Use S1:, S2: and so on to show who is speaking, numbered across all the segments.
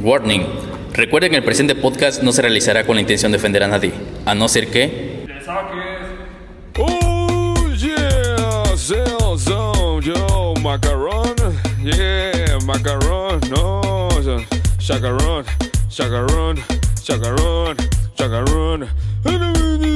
S1: Warning. Recuerden que el presente podcast no se realizará con la intención de ofender a nadie, a no ser que...
S2: ¡Le saques!
S3: Oh yeah, sell some yo macaron, yeah macaron, no chacaron, chacaron, chacaron, chacaron.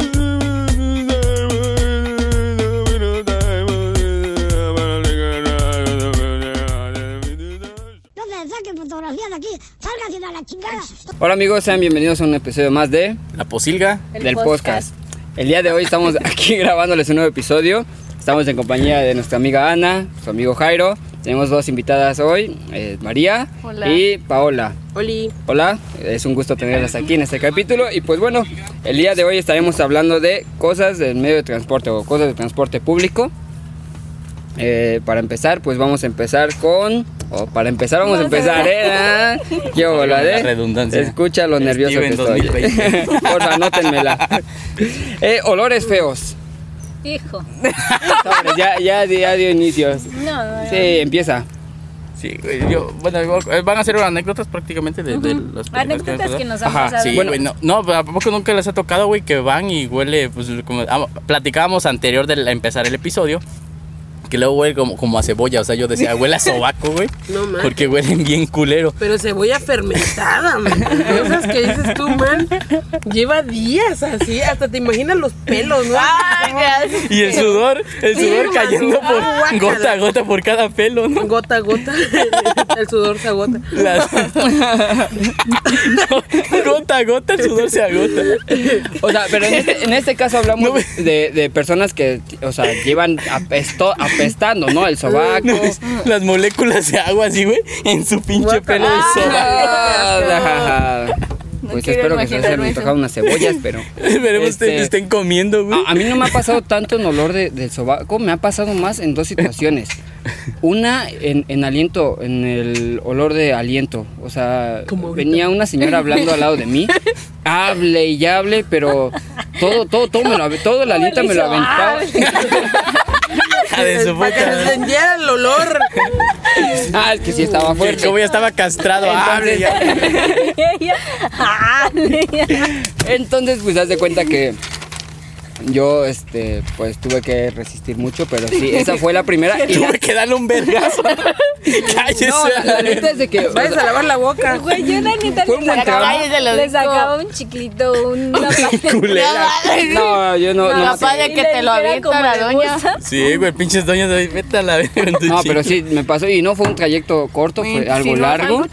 S4: No me saquen fotografías de aquí, sálganse a la chingada.
S5: Hola amigos, sean bienvenidos a un episodio más de
S1: La posilga.
S6: El
S5: del podcast.
S6: podcast.
S5: El día de hoy estamos aquí grabándoles un nuevo episodio. Estamos en compañía de nuestra amiga Ana, su amigo Jairo. Tenemos dos invitadas hoy, eh, María
S6: Hola.
S5: y Paola.
S6: Oli.
S5: Hola, es un gusto tenerlas aquí en este capítulo. Y pues bueno, el día de hoy estaremos hablando de cosas del medio de transporte o cosas de transporte público. Eh, para empezar, pues vamos a empezar con. O para empezar, vamos a empezar, ¿eh? Ah, Yo, la de.
S1: La redundancia.
S5: Escucha lo nervioso
S1: Steven
S5: que estoy.
S1: 2020.
S5: Porfa, anótenmela. Eh, olores feos.
S6: Hijo.
S5: Sobres, Ya, ya, ya dio inicios.
S6: No, no, no.
S5: Sí, empieza.
S1: Sí, güey, yo, bueno, igual, eh, van a ser anécdotas prácticamente de, de las películas
S6: Anécdotas
S1: me acuerdo.
S6: que nos han
S1: Ajá,
S6: pasado.
S1: Sí,
S5: Bueno.
S1: güey, no, no, pero ¿a poco nunca les ha tocado, güey, que van y huele, pues, como ah, platicábamos anterior de la- empezar el episodio, que luego huele como, como a cebolla, o sea, yo decía, huele a sobaco, güey,
S7: No mames.
S1: porque huelen bien culero.
S7: Pero cebolla fermentada, man. Esas que dices tú, man. Lleva días así. Hasta te imaginas los pelos, ¿no?
S1: Y el sudor, el
S7: Sí,
S1: sudor
S7: man,
S1: cayendo por
S7: ah, guácala.
S1: gota a gota por cada pelo, ¿no?
S7: Gota a gota. El sudor se agota.
S1: Las- gota a gota, el sudor se agota.
S5: O sea, pero en este, en este caso hablamos
S1: No me-
S5: de, de personas que, o sea, llevan apesto- apestando, ¿no? El sobaco.
S1: No, es- las moléculas de agua así, güey, en su pinche pelo
S7: Guácala.
S1: de
S2: Ah.
S1: sobaco.
S5: Ah, Pues
S6: quiero
S5: espero que se les
S6: imaginarme
S5: hayan
S6: eso.
S5: tocado unas cebollas, pero.
S1: Esperemos
S5: Este-
S1: que estén comiendo, güey.
S5: A, a mí no me ha pasado tanto en olor de- del sobaco, me ha pasado más en dos situaciones. Una en, en aliento, en el olor de aliento. O sea,
S7: Como ahorita.
S5: venía una señora hablando al lado de mí, hable y hable, pero todo, todo, todo, me lo, ave- todo el aliento me lo aventaba.
S1: Hija de su puta
S7: Para Ah, que se
S1: madre.
S7: entendiera el olor.
S5: Ah, es que sí estaba
S1: El
S5: fuerte.
S1: chavo ya estaba castrado. hable ya.
S5: Entonces, pues, haz de cuenta que yo, este, pues, tuve que resistir mucho, pero sí, esa fue la primera. Y la-
S1: Tuve que darle un vergazo. Cállese.
S5: no, la, la neta es de que... o
S7: Vayas
S5: sea,
S7: a lavar la boca.
S6: Güey, yo la neta
S5: Fue un
S6: les
S5: buen
S6: sacaba,
S5: trabajo.
S6: les sacaba un chiquito, un
S1: Culera.
S5: no, yo no... no-
S8: Capaz de que te lo avienta la doña.
S1: Sí, güey, pinches doñas de ahí, vete a la verga con tu
S5: No,
S1: chico.
S5: pero sí, me pasó y no fue un trayecto corto, fue algo largo.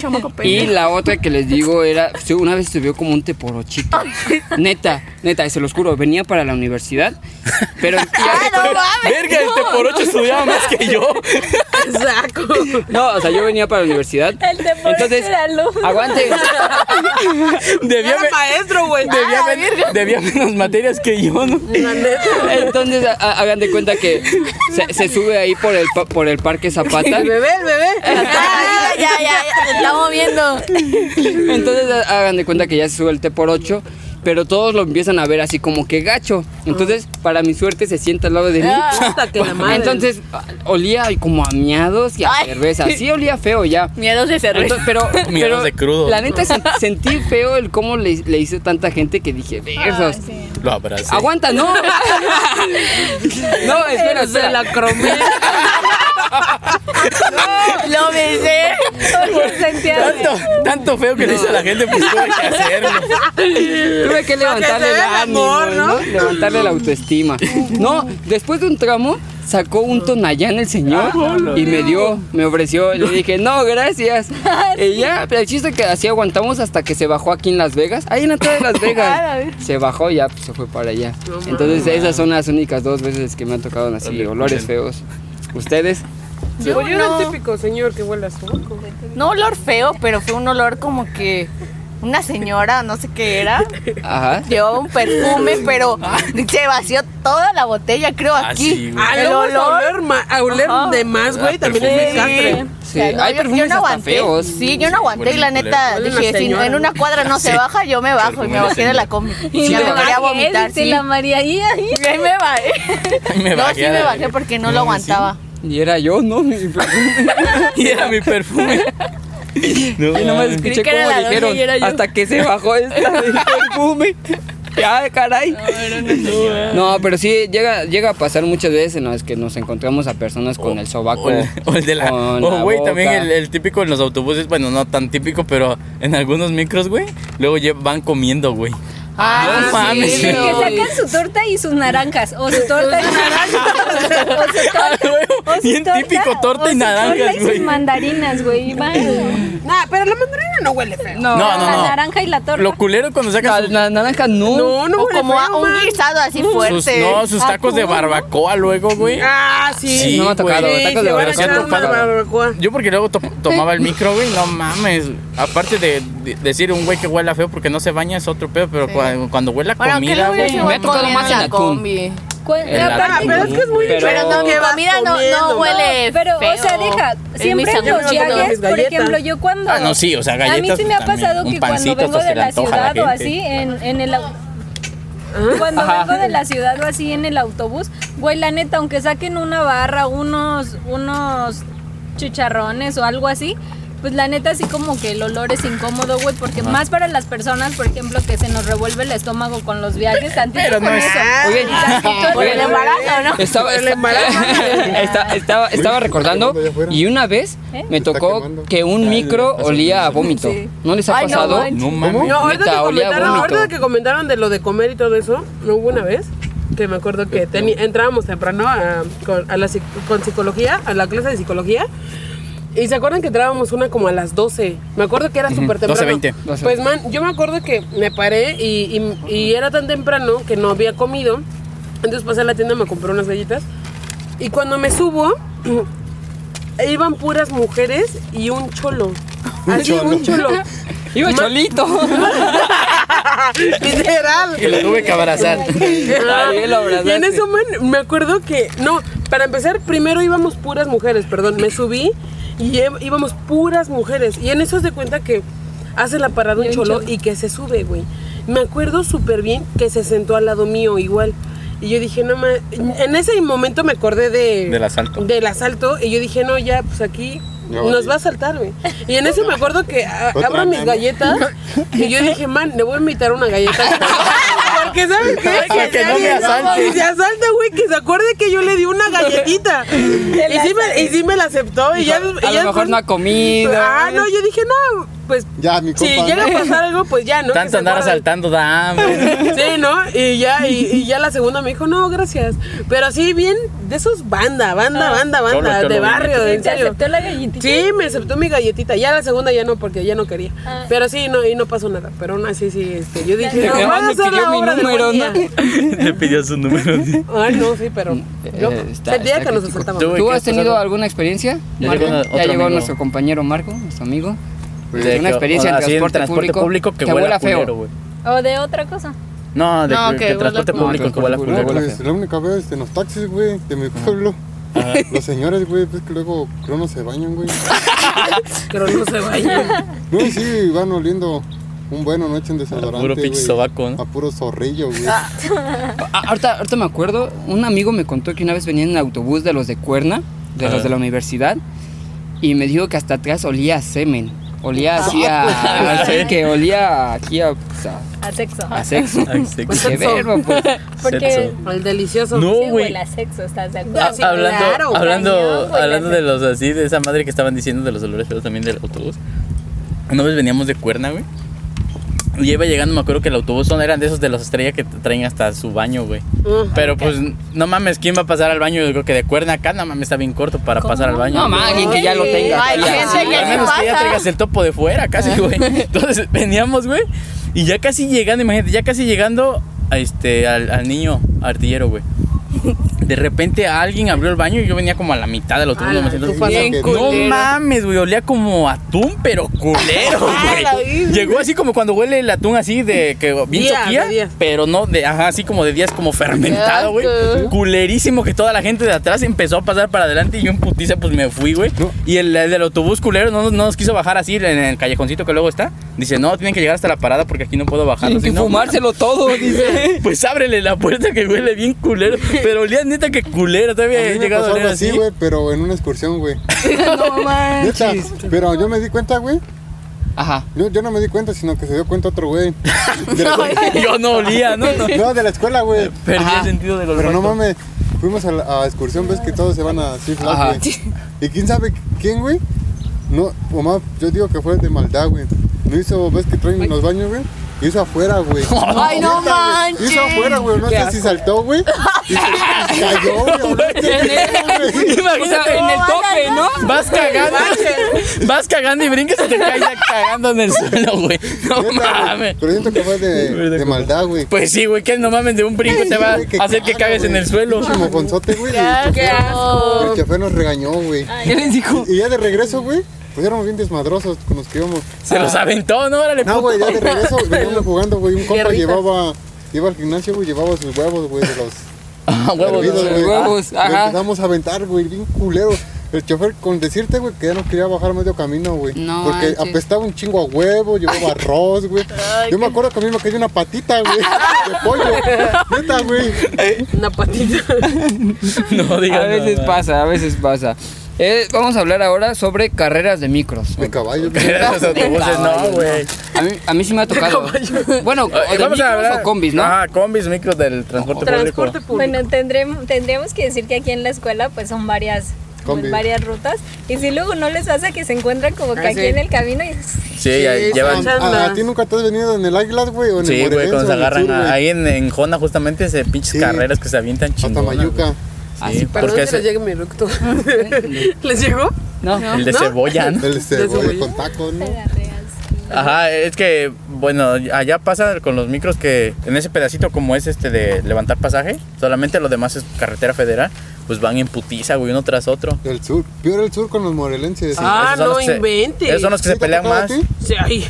S5: Y la otra que les digo era, sí, una vez subió como un teporochito. Neta, neta, y se los juro, venía para la universidad, pero...
S6: Ah,
S1: Verga, este por ocho estudiaba más que yo.
S7: Saco.
S5: No, o sea, yo venía para la universidad.
S6: El teporocho
S5: Entonces,
S6: era alumno.
S5: aguante.
S1: Debía,
S7: Era maestro, güey.
S1: debía, debía menos materias que yo, ¿no?
S7: La neta.
S5: Entonces, a- a- hagan de cuenta que se, se sube ahí por el, pa- por el Parque Zapata.
S7: El bebé, el bebé.
S8: Ah, ya, ya, ya, te estamos viendo.
S5: Entonces ha- hagan de cuenta que ya se sube el T por 8, pero todos lo empiezan a ver así como que gacho. Entonces, para mi suerte, se sienta al lado de mí.
S7: Puta que Ah, la madre.
S5: Entonces, ah, olía como a miados y a
S8: Ay.
S5: cerveza. Sí, olía feo ya.
S8: Miedos de cerveza.
S5: Entonces, pero,
S1: Miados
S5: pero
S1: de crudo.
S5: la neta sen- sentí feo el cómo le, le hizo tanta gente que dije, versos.
S1: Lo abracé.
S5: Aguanta, no. no, espera,
S7: Se
S5: espera.
S7: la cromé.
S8: Lo besé.
S1: Tanto, tanto feo que le hizo a la gente, pues tuve que hacerlo.
S5: Tuve que levantarle
S7: se
S5: el
S7: vea el
S5: ánimo,
S7: amor,
S5: ¿no?
S7: ¿no?
S5: Levantarle la autoestima. No, después de un tramo sacó un tonallán el señor y me dio, me ofreció, le dije, "No, gracias." Y ya, pero el chiste que así aguantamos hasta que se bajó aquí en Las Vegas, ahí en la entrada de Las Vegas. Se bajó y ya pues, se fue para allá. Entonces, esas son las únicas dos veces que me han tocado así olores feos. Ustedes
S7: Yo era el típico señor que huele a sobaco.
S8: No olor feo, pero fue un olor como que una señora, no sé qué era,
S5: Ajá.
S8: llevaba un perfume, pero se vació toda la botella, creo,
S1: Ah, sí,
S8: aquí.
S1: güey.
S7: Ah,
S8: el
S7: luego a
S8: olor.
S7: oler, ma- a oler
S8: Ajá.
S7: de más,
S8: Ah,
S7: güey. También es desastre.
S5: Sí, hay perfumes hasta
S8: aguanté.
S5: feos.
S8: Sí, yo no aguanté y la
S1: Huelen
S8: neta
S7: culero.
S8: dije, si no- en una cuadra no se baja, yo me bajo y
S1: Perfume
S8: me
S1: de
S8: bajé de
S1: señora.
S8: la combi.
S6: Y
S8: ya
S6: me
S8: me quería
S6: bajé,
S8: vomitar,
S6: dice
S8: sí.
S6: la María y ahí.
S8: Y ahí me ¿eh? bajé.
S1: Ay, me
S8: No,
S1: bajé
S8: sí
S1: a la
S8: me
S1: verga.
S8: bajé porque no lo aguantaba.
S5: Y era yo, ¿no?
S1: Y era mi perfume.
S5: Yo nomás
S8: Creí
S5: escuché
S8: que era
S5: cómo
S8: la doña
S5: dijeron
S8: y era yo.
S5: hasta que se bajó esta del perfume. Ya, caray. No, pero sí llega, llega a pasar muchas veces en las que nos encontramos a personas con el sobaco.
S1: O el, o el de la.
S5: con
S1: O, güey, también
S5: boca.
S1: el, el típico en los autobuses. Bueno, no tan típico, pero en algunos micros, güey. Luego lle- van comiendo, güey.
S8: Ah,
S1: No mames.
S6: Que sacan su torta y sus naranjas. O su torta y sus naranjas. O su
S1: Ah,
S6: torta.
S1: güey,
S6: o su
S1: Bien típico, torta
S6: o
S1: y
S6: su
S1: naranjas,
S6: Torta y
S1: güey.
S6: sus mandarinas, güey. y van-
S7: Nah, pero la mandarina no huele feo.
S8: No.
S1: No, no,
S6: La
S1: no.
S6: naranja y la torta.
S1: Lo culero cuando
S5: La,
S1: sacan sus-
S5: la naranja no.
S1: Ah,
S7: No, no
S8: O
S7: huele
S8: como
S7: feo,
S8: a un
S7: man.
S8: guisado así fuerte.
S1: sus, no, sus tacos de barbacoa luego, güey.
S7: Ah, sí.
S1: Sí,
S5: no, tocado,
S1: güey.
S5: tacos
S7: se
S5: de
S7: van a
S1: barbacoa,
S7: echar una
S1: tocado.
S7: barbacoa.
S1: Yo porque luego to- tomaba el micro, güey, no mames. Aparte de, de- decir un güey que huela feo porque no se baña es otro pedo, pero cua- cuando huele a
S8: Bueno, ¿qué
S1: comida,
S8: le
S1: güey.
S8: hubiera
S5: Me
S8: llevado
S5: ha tocado más
S8: comiendo en
S5: en
S8: la
S5: atún.
S8: combi?
S6: Cu-
S1: El
S6: aparte-
S1: atún.
S7: Ah, pero es que es muy
S5: Pero-
S8: Pero no, mi
S7: ¿Qué vas
S8: comida no,
S7: comiendo?
S8: no huele
S6: Pero,
S8: feo.
S6: o sea, deja,
S8: Es
S6: siempre
S8: mis
S6: en los
S8: sanguchitos.
S6: viajes,
S7: mis
S6: por
S7: galletas.
S6: ejemplo, yo cuando...
S1: Ah, no, sí, o sea,
S6: A mí
S1: galletas,
S6: sí me ha
S1: pues,
S6: pasado
S1: también.
S6: que
S1: Un
S6: cuando
S1: pancito,
S6: vengo
S1: pues, se
S6: de
S1: le
S6: la
S1: antoja a la
S6: ciudad o
S1: gente.
S6: así, en, en el... au- Cuando
S5: Ajá.
S6: vengo de la ciudad o así en el autobús, güey, la neta, aunque saquen una barra, unos, unos chicharrones o algo así, pues la neta así como que el olor es incómodo, güey, porque más para las personas, por ejemplo, que se nos revuelve el estómago con los viajes, tantito
S1: Pero no
S6: con
S1: es-
S6: eso.
S5: Oigan,
S6: Tantito
S8: Por el
S5: oigan,
S8: embarazo, Ah, ¿no?
S5: Estaba,
S7: El
S5: esta-
S7: embarazo.
S5: esta- estaba, estaba recordando
S2: quemando allá afuera.
S5: y una vez
S6: ¿Eh?
S5: me
S2: Está
S5: tocó
S2: quemando.
S5: que un micro olía a vómito.
S6: Sí.
S5: ¿No les ha
S8: Ay, no
S5: pasado?
S8: manches.
S1: No mames.
S7: No, ahorita
S5: Neta, olía
S7: que,
S5: a
S7: comentaron,
S5: vómito.
S7: ahorita que comentaron de lo de comer y todo eso, no hubo una vez que me acuerdo que teni- entrábamos temprano a, con, a la, psic- con psicología, a la clase de psicología. Y se acuerdan que entrábamos una como a las 12. Me acuerdo que era súper temprano.
S1: 12:20.
S7: Pues man, yo me acuerdo que me paré y, y- y era tan temprano que no había comido. Entonces pasé a la tienda, me compré unas galletas. Y cuando me subo, iban puras mujeres y un cholo. Así, un cholo.
S5: Iba cholito.
S7: Literal.
S1: Que lo tuve que abrazar.
S7: Ah,
S5: Ahí lo
S7: y en
S5: abrazaste.
S7: eso, man, me acuerdo que, no, para empezar, primero íbamos puras mujeres, perdón, me subí y em- íbamos puras mujeres. Y en eso se cuenta que hace la parada un cholo y que se sube, güey. Me acuerdo súper bien que se sentó al lado mío igual. Y yo dije, no, ma, en ese momento me acordé de...
S1: Del asalto.
S7: Del asalto. Y yo dije, no, ya, pues aquí
S2: Ya
S7: nos
S2: valí.
S7: va a asaltar, güey. Y en eso me acuerdo que a-
S2: Otra
S7: abro mis
S2: cama.
S7: galletas y yo dije, man, le voy a invitar una galleta. Porque, ¿sabes qué?
S1: Para que no
S7: nadie-
S1: me asalte.
S7: Si se asalta, güey, que se acuerde que yo le di una galletita. y, sí me, y sí me la aceptó. Y ya, y
S5: A
S7: ya
S5: lo mejor no ha comido.
S7: Ah, no, yo dije, no, pues.
S2: Ya, mi
S7: Si
S2: compa,
S7: llega a
S2: ¿no?
S7: pasar algo, pues ya, ¿no? Que se
S1: Tanto andar
S7: guarde.
S1: asaltando, dame.
S7: Sí, ¿no? Y ya, y, y ya la segunda me dijo, no, gracias. Pero así bien, de esos banda,
S5: Ah.
S7: banda, banda, banda,
S1: Cholo, cholo,
S7: de
S1: bien
S7: barrio, en
S6: Te
S7: serio.
S6: aceptó la galletita.
S7: Sí, me aceptó mi galletita. Ya la segunda ya no, porque ya no quería.
S6: Ah.
S7: Pero sí, no, y no pasó nada. Pero aún así, sí, este, yo dije,
S5: Además
S7: no, van a
S5: me
S7: hacer
S5: pidió
S7: la
S5: mi
S7: obra del
S5: número,
S7: buen
S5: ¿no?
S7: día.
S1: Le pidió su número.
S7: Ay, no, sí, pero.
S1: Mm,
S7: Yo
S5: Eh, está-
S7: sentía
S5: está
S7: que nos
S5: crítico.
S7: asaltaban.
S1: Tú- Uy,
S5: ¿Tú
S1: ¿qué
S5: has
S1: has
S5: tenido
S1: pasado?
S5: alguna experiencia?
S1: Ya
S5: Marco?
S1: llegó
S5: Ya
S1: no-
S5: llegó,
S1: otro amigo.
S5: nuestro compañero Marco, nuestro amigo.
S1: De
S5: una
S1: que-
S5: experiencia en
S1: así
S5: transporte público
S1: que
S5: que
S1: huela
S5: huela feo.
S1: culero, güey.
S6: O de otra cosa.
S1: No, de,
S8: No,
S1: de
S8: que huela
S1: transporte
S8: culero.
S1: público que huela
S5: No,
S2: No,
S1: culero.
S5: Hola,
S2: pues,
S5: jefe.
S2: la única vez en los taxis, güey, de mi pueblo.
S1: Ah.
S2: Los señores, güey, pues que luego creo no se bañan, güey.
S7: Pero no se vayan.
S2: No, sí, van oliendo un bueno noche en desodorante,
S1: puro pinche
S2: güey.
S1: sobaco, ¿no?
S2: A puro zorrillo, güey.
S5: Ah, Ahorita, ahorita me acuerdo, un amigo me contó que una vez venía en el autobús de los de Cuerna, de
S1: Ajá.
S5: los de la universidad, y me dijo que hasta atrás olía a semen. Olía así a. así que olía aquí a, pues, a-
S6: A sexo.
S5: a sexo.
S1: Ay, sexo.
S5: Dije, "Verga, pues".
S6: Porque
S1: Sexo.
S7: El delicioso.
S1: No,
S6: sí
S1: güey.
S6: huele a sexo, ¿estás de
S1: Ah,
S6: acuerdo?
S7: sí,
S1: hablando
S7: claro,
S1: hablando,
S6: cañón, güey,
S1: hablando
S6: la
S1: de los así, de esa madre que estaban diciendo de los olores feos también del autobús. Una vez veníamos de Cuerna, güey. Y iba llegando, me acuerdo que el autobús son, eran de esos de los estrellas que te traen hasta su baño, güey.
S7: Mm.
S1: Pero pues, no mames, ¿quién va a pasar al baño? Yo creo que de cuerna acá, no mames, está bien corto para pasar al baño.
S5: No, más alguien que ya lo tenga.
S8: Ay,
S5: ya,
S8: gente,
S5: sí,
S1: Al
S8: ya-
S1: menos que ya
S8: pasa?
S1: traigas el topo de fuera, casi, güey. Entonces veníamos, güey. Y ya casi llegando, imagínate, ya casi llegando a este, al, al niño artillero, güey. De repente alguien abrió el baño y yo venía como a la mitad del autobús.
S7: Ah,
S1: no me siento-
S7: tú fuiste
S2: bien
S1: no
S2: culero.
S1: mames, güey, olía como atún, pero culero,
S7: la
S1: güey.
S7: virgen.
S1: Llegó así como cuando huele el atún así de que bien
S7: Día,
S1: choquía,
S7: de días.
S1: pero no de ajá, así como de días como fermentado, güey.
S8: asco.
S1: Culerísimo que toda la gente de atrás empezó a pasar para adelante y yo en putiza pues me fui, güey.
S2: No.
S1: Y el, el del autobús culero no, no nos quiso bajar así en el callejoncito que luego está. Dice, "No, tienen que llegar hasta la parada porque aquí no puedo bajar."
S5: Tienen
S1: Así,
S5: que
S1: no,
S5: fumárselo todo, dice.
S1: pues ábrele la puerta que huele bien culero. Pero olía neta que culero, todavía
S2: A
S1: he
S2: mí me
S1: llegado a
S2: pasó
S1: oler
S2: algo
S1: así.
S2: así, güey, pero en una excursión, güey.
S5: No
S7: Ah,
S2: Neta,
S5: manches.
S2: pero yo me di cuenta, güey.
S5: Ajá.
S2: Yo, yo no me di cuenta, sino que se dio cuenta otro güey. De la-
S1: Yo no olía, no, no.
S2: no, de la escuela, güey.
S1: Perdí
S5: Ajá.
S1: el sentido del olor.
S2: Pero no mames, fuimos a la a excursión, ves que todos se van a Six Flags,
S5: Ajá.
S2: güey. Y quién sabe quién, güey. No, o más, yo digo que fue de maldad, güey. No hizo, ves que traen los baños, güey. Hizo afuera, güey.
S8: Ay, no
S2: Neta, güey. Hizo
S8: manches.
S2: afuera, güey. No
S7: Qué
S2: sé si saltó, güey. Y se se cayó, güey.
S5: O
S2: ahorita, güey.
S5: sea,
S1: Imagínate,
S5: en el tope, ¿no?
S1: vas cagando, vas cagando y brincas y te caes ya cagando en el suelo, güey. No
S2: Neta, güey.
S1: mames.
S2: Pero siento que fue de, de maldad, güey.
S1: Pues sí, güey, que no mames, de un brinco te va
S2: Güey, que
S1: a hacer que
S2: caga,
S1: cagues en
S2: güey.
S1: el suelo.
S2: Pinche mojonzote, güey.
S7: ¡Qué asco!
S2: El chofer nos regañó, güey.
S5: ¿Qué les dijo?
S2: Y ya de regreso, güey, pues éramos bien desmadrosos con los que íbamos.
S1: Se los aventó, ¿no? Órale,
S2: No,
S1: puto.
S2: güey, ya de regreso veníamos jugando, güey. Un compa
S7: Guerritas.
S2: llevaba, iba al gimnasio, güey, llevaba sus huevos, güey, de los
S1: Ah, huevos.
S2: hervidos,
S5: los
S2: güey.
S5: huevos,
S2: Lo
S5: Pues, ajá.
S2: empezamos a aventar, güey, bien culero. El chofer, con decirte, güey, que ya no quería bajar medio camino, güey.
S5: No
S2: porque
S5: manches.
S2: apestaba un chingo a huevo, llevaba arroz, güey. Yo me acuerdo que a mí me cayó una patita, güey, de pollo. Neta, güey.
S7: Una patita.
S1: No digas.
S5: A veces
S1: nada.
S5: pasa, a veces pasa. Eh, vamos a hablar ahora sobre carreras de micros.
S2: De Pues, caballo, güey.
S1: Pero los autobuses no, güey.
S5: A mí, a mí sí me ha tocado. Bueno, o
S1: Eh,
S5: de micros o combis, ¿no?
S1: Ah, combis, micros del transporte,
S7: Transporte
S1: público.
S7: público.
S6: Bueno, tendremos, tendríamos que decir que aquí en la escuela pues son varias
S2: Combi.
S6: pues, varias rutas y si luego no les pasa que se encuentran como que
S7: Ah,
S6: aquí
S7: sí.
S6: en el camino y
S1: Sí, ya
S7: Sí,
S1: llevan.
S8: Ah,
S7: son-
S2: ¿A, a ti nunca te has venido en el Águilas, güey, o en
S1: Sí,
S2: el
S1: güey,
S2: Morelense,
S1: cuando se
S2: o en el
S1: agarran
S2: sur,
S1: a-
S2: güey?
S1: ahí en, en Jona, justamente, ese pinches
S2: Sí.
S1: carreras que se avientan
S2: Hasta
S1: chingonas.
S2: Mayuca.
S1: güey.
S5: Así,
S1: Sí,
S7: Ah,
S1: porque
S7: ¿Para dónde
S1: ese-
S7: les llega mi eructo?
S8: Ah,
S7: ¿Les llegó?
S5: No.
S1: el de
S7: ¿No?
S1: cebolla, ¿no?
S2: El este,
S7: ¿De
S2: güey,
S7: cebolla?
S2: con tacos, ¿no?
S1: Ajá, es que, bueno, allá pasa con los micros que en ese pedacito como es este de levantar pasaje, solamente lo demás es carretera federal, pues van en putiza, güey, uno tras otro.
S2: Del sur. Peor el sur con los morelenses.
S7: Ah,
S1: Esos son
S7: no
S1: los que se-
S7: inventes.
S1: Esos son los que se
S2: ¿Sí te ha
S1: pelean
S2: tocado a
S1: más.
S2: ti?
S7: Sí, ahí.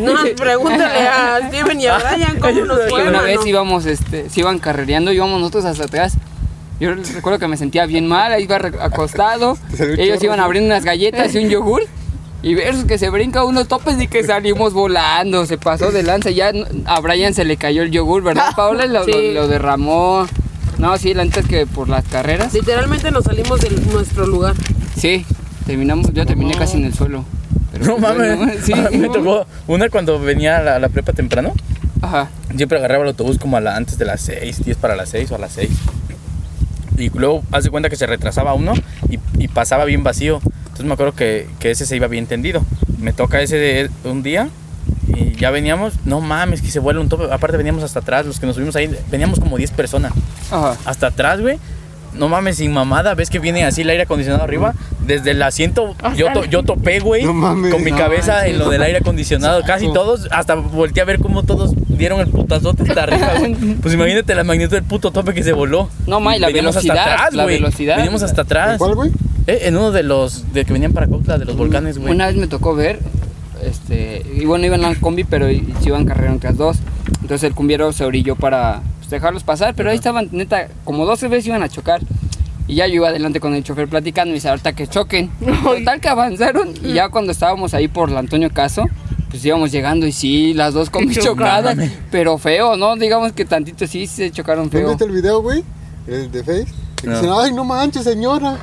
S7: No, pregúntale a Steven y a Brian cómo nos
S5: Que
S7: fue,
S5: una
S7: mano.
S5: vez íbamos, este, se iban carrereando, íbamos nosotros hasta atrás. Yo recuerdo que me sentía bien mal, ahí iba re- acostado.
S2: Te salió un
S5: Ellos
S2: chorro,
S5: iban
S2: ¿no?
S5: abriendo unas galletas y un yogur. Y versus que se brinca unos topes y que salimos volando. Se pasó de lanza. Ya no- a Brian se le cayó el yogur, ¿verdad, Paola? Lo, lo-
S7: Sí.
S5: lo derramó. No, sí, la neta es que por las carreras.
S7: Literalmente nos salimos de nuestro lugar.
S5: Sí, terminamos. Yo terminé casi en el suelo. Pero
S1: No
S5: pues, bueno,
S1: mames,
S5: sí.
S1: Ah, me tocó una cuando venía a la, a la prepa temprano,
S5: Ajá.
S1: siempre agarraba el autobús como a la, antes de las 6, 10 para las 6 o a las 6. Y luego hace cuenta que se retrasaba uno y, y pasaba bien vacío. Entonces me acuerdo que, que ese se iba bien tendido. Me toca ese de un día y ya veníamos, no mames, que se vuela un tope. Aparte veníamos hasta atrás, los que nos subimos ahí, veníamos como 10 personas.
S5: Ajá.
S1: Hasta atrás, güey. No mames, sin mamada, ves que viene así el aire acondicionado arriba. Desde el asiento yo, to- yo topé, güey,
S2: No mames.
S1: con mi
S5: Ah, No
S1: cabeza
S5: manches.
S1: en lo del aire acondicionado. Casi todos, hasta volteé a ver cómo todos dieron el putazote hasta arriba, güey. Pues imagínate la magnitud del puto tope que se voló.
S5: No, ma, y la
S1: Veníamos
S5: velocidad,
S1: hasta atrás,
S5: la
S1: güey.
S5: velocidad.
S1: Veníamos hasta atrás.
S2: ¿Cuál, güey?
S1: Eh, en uno de los de que venían para Cautla, de los volcanes, güey.
S5: Una vez me tocó ver, este, y bueno, iban en la combi, pero i- se iban carrera entre las dos. Entonces el cumbiero se orilló para pues, dejarlos pasar, pero ahí estaban, neta, como 12 veces iban a chocar. Y ya yo iba adelante con el chofer platicando y dice, ahorita que choquen. Total que avanzaron y ya cuando estábamos ahí por la Antonio Caso, pues íbamos llegando y sí, las dos combis chocadas,
S1: mames.
S5: pero feo, ¿no? Digamos que tantito sí se chocaron
S2: ¿No
S5: feo.
S2: viste el video, güey? El de Face. Y
S1: No.
S2: Dicen, ay, no manches, señora.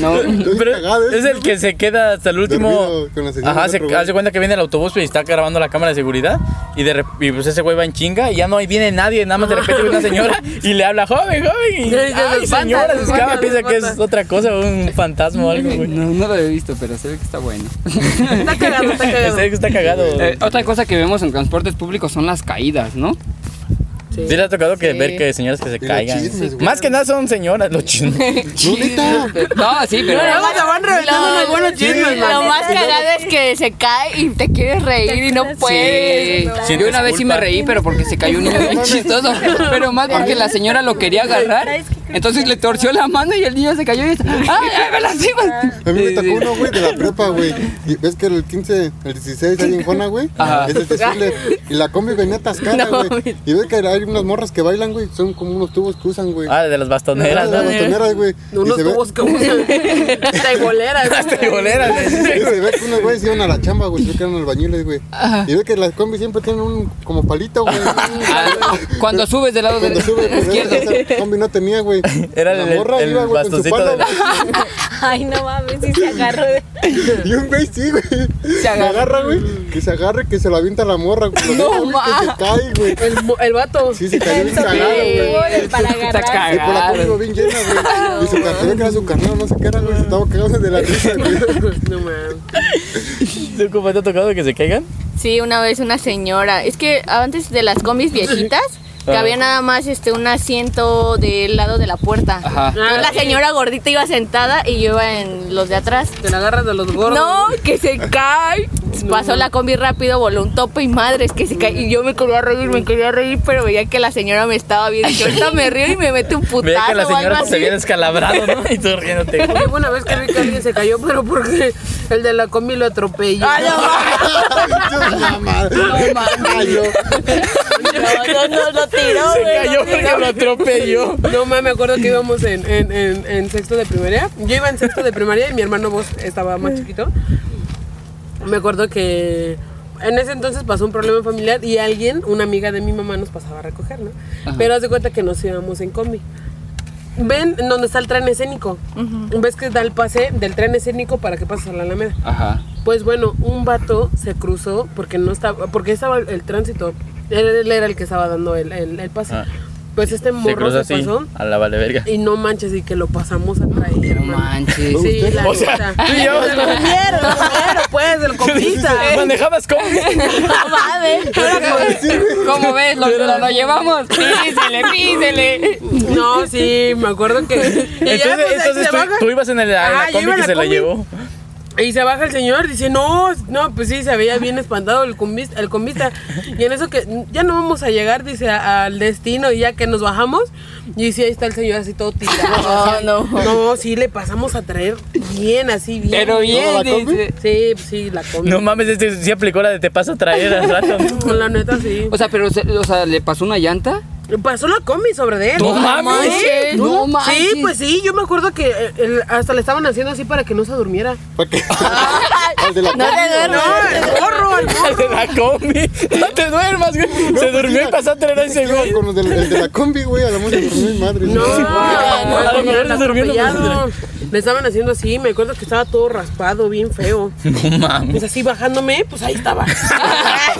S5: No,
S2: Estoy
S1: Pero
S2: cagado,
S1: es
S2: ¿eh?
S1: el que se queda hasta el último.
S2: Dormido con la señal
S1: Ajá,
S2: del
S1: se
S2: otro güey.
S1: hace cuenta que viene el autobús y está grabando la cámara de seguridad. Y, de, rep- y pues ese güey va en chinga y ya no ahí viene nadie. Nada más de repente viene una señora y le habla, joven, joven. Y,
S7: Ya, ya,
S1: ay,
S7: desbanda,
S1: señora, se
S7: desbanda,
S1: escapa. Piensa que es
S7: desbanda.
S1: otra cosa, un fantasma o algo, güey.
S5: no, no lo he visto, pero se ve que está bueno.
S7: Está cagado, está
S1: En
S7: cagado.
S1: serio que está cagado.
S5: Eh, otra cosa que vemos en transportes públicos son las caídas, ¿no?
S1: Sí le ha tocado que
S8: Sí.
S1: ver que señoras que se
S2: Y los
S1: caigan.
S2: chismes, güey.
S1: Más que nada son señoras los chismes.
S2: No, neta.
S5: No, sí, pero.
S7: Luego se van reventando unos buenos chismes,
S8: Lo
S7: mano.
S8: más cagado es que se cae y te quieres reír y no puedes.
S5: Sí.
S1: Sientes
S5: Pues, Yo una vez sí me
S1: culpa.
S5: reí, pero porque se cayó un niño bien chistoso. Pero más porque la señora lo quería agarrar. Entonces le torció la mano y el niño se cayó y dice, ¡Ay, ay, me lastimas!
S2: A mí me
S5: Sí,
S2: tocó
S5: sí.
S2: uno, güey, de la prepa, güey. Y ves que el 15, el 16, ahí en Jona, güey,
S5: Ajá.
S2: es el desfile. Y la combi venía atascada, güey. Y ves que ahí unas morras que bailan, güey. Son como unos tubos que usan, güey.
S1: Ah, de las
S2: Ah,
S1: bastoneras,
S2: las
S1: ¿no?
S2: botoneras, güey. Y
S7: Unos
S2: se ve-
S7: tubos que usan. Teibolera, güey.
S1: Las triboleras,
S2: Y
S1: güey.
S2: se ve que unos güeyes iban a la chamba, güey, creo que eran albañiles, güey. Y ve que las combis siempre tienen un como palito, güey.
S1: Ah.
S5: Ah. Cuando subes del lado
S2: Cuando
S5: del
S2: sube, pues,
S5: izquierdo.
S2: esa combi no tenía, güey.
S1: Era
S2: La
S1: el-
S2: morra
S1: el
S2: iba, güey, con su
S1: bastoncito
S2: pala,
S1: de la-
S2: güey.
S9: Ay, no mames, si se agarró de.
S2: Y un güey sí, güey. Se
S5: agarra.
S2: agarra, güey. Que se agarre, que se la avienta la morra, güey.
S5: No,
S2: Lo deja, güey, Que se cae, güey.
S7: El, mo- el vato.
S2: Sí, se cayó bien
S9: Eso
S2: cagado,
S9: que
S2: güey.
S9: tuvo de para
S5: Está
S9: agarrar.
S2: Y por la
S5: cagado.
S2: combi iba bien llena, güey. Y su cartera que era su carnal, no sé qué era, güey. Se estaba cagando de la risa, güey.
S7: No mames.
S1: ¿Tú, compa, te ha tocado que se caigan?
S6: Sí, una vez una señora. Es que antes de las combis viejitas, que
S1: Ah.
S6: había nada más este un asiento del lado de la puerta.
S5: Ajá.
S6: Entonces, la señora gordita iba sentada y yo iba en los de atrás.
S7: Te la agarras de los gordos.
S6: No, que se cae. Pasó la combi rápido, voló un tope y madres que se cae. Y yo me quería reír, me quería reír, pero veía que la señora me estaba viendo. Yo ahorita me río y me mete un putazo
S1: Veía que la
S6: o algo
S1: señora
S6: así.
S1: se había descalabrado, ¿no? Y tú riéndote.
S7: Oye, fue una vez que vi que alguien se cayó, pero porque el de la combi lo atropelló.
S2: Ah,
S6: Ay, no,
S2: Dios, la madre. Ay, yo.
S6: no, no, no, lo tiró,
S1: Se
S6: güey, lo
S1: cayó porque
S6: tiró.
S1: lo atropelló.
S7: No mames, me acuerdo que íbamos en, en, en- en sexto de primaria. Yo iba en sexto de primaria y mi hermano vos estaba más chiquito. Me acuerdo que en ese entonces pasó un problema familiar y alguien, una amiga de mi mamá, nos pasaba a recoger, ¿no? Pero haz de cuenta que nos íbamos en combi. Ven donde está el tren escénico. Ves que da el pase del tren escénico para que pases a la Alameda.
S5: Ajá.
S7: Pues bueno, un vato se cruzó porque no estaba, porque estaba el tránsito. Él, él era el que estaba dando el, el- el pase.
S1: Ah.
S7: Pues este
S1: Se
S7: morro
S1: cruza
S7: se,
S1: así
S7: pasó
S1: a la vale verga.
S7: y no manches y que lo pasamos a traer.
S5: No
S7: hermano.
S5: manches.
S7: Sí, la
S1: O sea,
S7: neta.
S1: tú y yo-
S7: Nos lo vieron, nos lo vieron, pues, el compita.
S1: Manejabas combi.
S6: No mames.
S5: ¿Cómo ves? Lo, lo, lo llevamos. Písele, písele.
S7: No, sí, me acuerdo que. y ya, pues,
S1: Entonces,
S7: ahí
S1: entonces
S7: se
S1: tú,
S7: baja.
S1: tú ibas en, el, en
S7: Ah,
S1: la
S7: yo
S1: combi
S7: iba
S1: que
S7: en la
S1: se la
S7: combi.
S1: llevó.
S7: Y se baja el señor, dice, no, no, pues sí, se veía bien espantado el combista, el combista. Y en eso que ya no vamos a llegar, dice, a- al destino, y ya que nos bajamos, y sí, ahí está el señor así todo tirado.
S6: No, no.
S7: No, sí, le pasamos a traer bien, así bien.
S5: Pero bien,
S2: ¿Toda la combi?
S5: dice.
S7: Sí, pues sí, la combi.
S1: No mames, este sí aplicó la de te paso a traer al rato. ¿no?
S7: Con la neta, sí.
S5: O sea, pero se- o sea, ¿le pasó una llanta?
S7: Pasó la combi sobre de él.
S1: No mames.
S5: manches, No manches.
S7: Sí, pues sí, yo me acuerdo que eh, el- hasta le estaban haciendo así para que no se durmiera.
S2: ¿Para qué? Al de la
S6: No
S2: combi,
S6: te duermas.
S7: No, el gorro, el gorro.
S1: De la combi. No te duermas, güey. Se durmió y pasó a traer a ese
S2: iba
S1: güey.
S2: Con los del- el de la combi, güey, a la música con mi madre.
S7: No,
S2: güey.
S1: no, no,
S7: no,
S1: no, no, durmiendo,
S7: atropellado. Le estaban haciendo así, me acuerdo que estaba todo raspado, bien feo.
S1: No mames.
S7: Pues así bajándome, pues ahí estaba.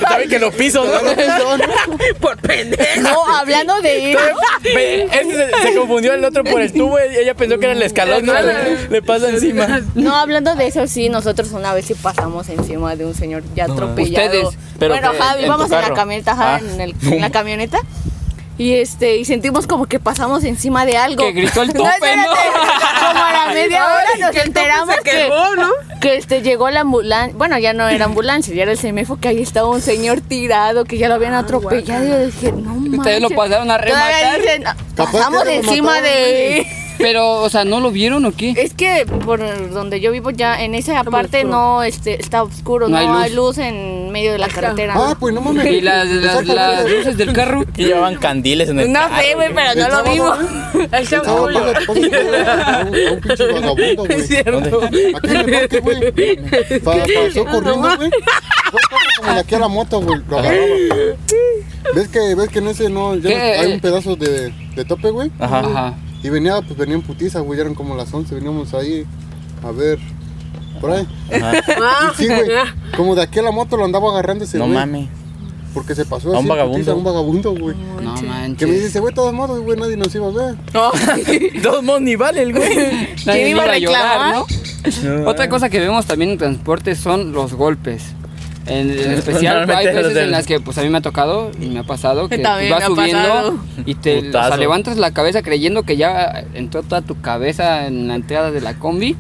S1: Saben que lo piso, ¿no?
S7: Por pendejo.
S6: No, hablando de ir.
S1: Ve, Este se, se confundió el otro por el tubo. y Ella pensó que era el escalón, ¿no? Le, le pasa encima.
S6: No, hablando de eso, sí, nosotros una vez sí pasamos encima de un señor ya atropellado.
S5: Ustedes,
S1: pero
S6: bueno,
S1: que-
S6: Javi,
S1: en tu
S6: vamos en la
S1: carro.
S6: camioneta, ajá,
S1: Ah.
S6: en, el- en la camioneta. Y este, y sentimos como que pasamos encima de algo.
S5: Que gritó el tope,
S6: espérate, Como a la media hora nos enteramos
S7: Se
S6: que,
S7: quejó, ¿no?
S6: que este llegó la ambulancia. Bueno, ya no era ambulancia, ya era el semefo que ahí estaba un señor tirado, que ya lo habían atropellado. Y yo dije, no manches.
S5: Ustedes lo pasaron a
S6: Todavía
S5: rematar.
S6: dicen, "Ah,
S2: Capaz que
S6: pasamos
S2: lo
S6: encima
S2: mataron,
S6: de.
S5: Pero, o sea, ¿no lo vieron o qué?
S6: Es que por donde yo vivo ya en esa parte
S7: oscuro.
S6: no este, está oscuro,
S5: No
S6: no,
S5: hay
S6: hay,
S5: luz.
S6: luz. en medio de la carretera.
S2: Ah, pues no mames.
S5: Y las, las,
S2: Exacto,
S5: las
S2: güey.
S5: luces del carro.
S1: Y llevaban candiles en el
S6: no
S1: carro,
S6: sé, güey, pero no lo
S2: Estaba-
S6: vimos.
S7: El chavo
S2: Estaba
S7: Julio.
S2: pasa- pasa- a un- a un pinche vagabundo, güey.
S7: Es cierto. Ah,
S2: Aquí en el parque, güey. Pa- pasó corriendo, güey. Fue como de aquí a la moto, güey. Lo agarraba. ¿Ves que, ves que en ese no, ya
S5: ¿Qué?
S2: no- hay un pedazo de, de tope, güey?
S1: Ajá.
S5: Ajá.
S2: Y venía, pues venía en putiza, güey. Ya eran como las 11. Veníamos ahí a ver. Por ahí.
S7: Ah,
S2: Sí, güey.
S7: ya.
S2: Como de aquí a la moto lo andaba agarrando ese
S1: No
S2: güey.
S1: mames.
S2: Porque se pasó
S1: A
S2: así
S1: un
S2: en
S1: vagabundo.
S2: putiza, a un vagabundo, güey.
S5: No
S2: Que me
S5: manches.
S2: dice, güey, de todos modos, güey, nadie nos iba a ver.
S1: De Todos modos ni vale el güey.
S5: Nadie
S6: ¿Quién iba a reclamar?
S1: No,
S5: Otra cosa que vemos también en transporte son los golpes. En, en especial hay
S1: Normalmente los
S5: veces
S1: del-
S5: en las que pues a mí me ha tocado y me ha pasado que
S6: También
S5: vas
S6: me ha
S5: subiendo
S6: pasado.
S5: y te o sea,
S1: Putazo.
S5: levantas la cabeza creyendo que ya entró toda tu cabeza en la entrada de la combi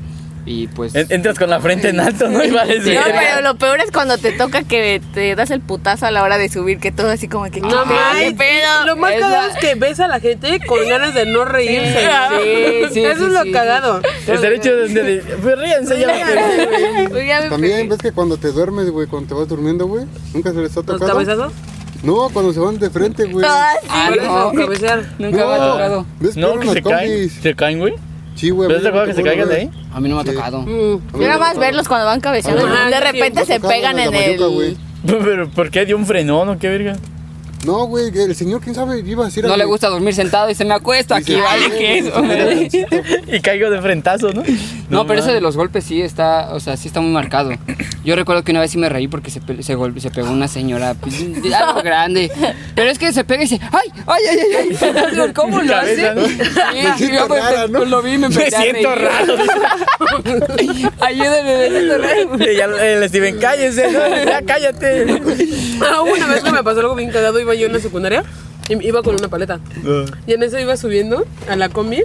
S5: y pues
S1: En- Entras con la frente en alto, ¿no? Y vales
S5: Sí.
S6: No,
S1: verga.
S6: pero lo peor es cuando te toca que te das el putazo a la hora de subir, que todo así como que.
S7: No mames.
S6: pero
S7: Lo más
S5: Es
S7: cagado
S5: la-
S7: es que ves a la gente con ganas de no reírse.
S5: Sí, sí,
S7: Eso
S5: sí,
S7: es lo
S5: sí.
S7: cagado.
S1: El derecho de... de- de- pues ríanse ya.
S6: Ya me
S2: También
S6: perdí.
S2: ves que cuando te duermes, güey, cuando te vas durmiendo, güey, nunca se les ha
S7: ¿Los
S2: tocado.
S7: cabezazos?
S2: No, cuando se van de frente, güey.
S5: Ah, no.
S7: cabecear.
S5: Nunca me ha tocado.
S2: ¿Ves?
S1: No,
S2: Pero
S1: que
S2: los
S1: se caen.
S2: combis.
S1: Se caen, güey.
S2: Sí, güey.
S1: ¿Pero te acuerdas que se caigan de ahí?
S5: A mí no me ha tocado.
S8: Yo nada más verlos cuando van cabeceando.
S7: Ajá,
S8: de
S7: sí,
S8: repente se pegan en el.
S1: Pero, ¿por qué dio un frenón o qué verga?
S2: No, güey, el señor, quién sabe, iba a decir
S5: No
S2: a-
S5: le gusta dormir sentado y se me acuesta
S2: Dice,
S5: aquí, vale
S2: "Ay,
S5: que eso.
S2: güey,
S1: Y caigo de frentazo, ¿no?
S5: No, pero ese
S1: mames.
S5: de los golpes sí está, o sea, sí está muy marcado. Yo recuerdo que una vez sí me reí porque se, pe- se, gol- se pegó una señora, pues, de algo grande. Pero es que se pega y dice, ¡ay, ay, ay, ay! ay". Digo, ¿Cómo lo hace?
S1: Cabeza, ¿no?
S5: Sí,
S2: Me siento
S5: yo me
S2: rara,
S5: empe-
S2: ¿no?
S5: Lo vi y me
S1: Me
S5: empecé a
S1: siento
S5: reír.
S1: raro.
S5: Ayúdame, me siento raro.
S1: Y ya el Steven, cállese, ¿no? ya cállate.
S7: Ah, una vez que me pasó algo bien cagado, iba yo en la secundaria y iba con una paleta. Y en eso iba subiendo a la combi.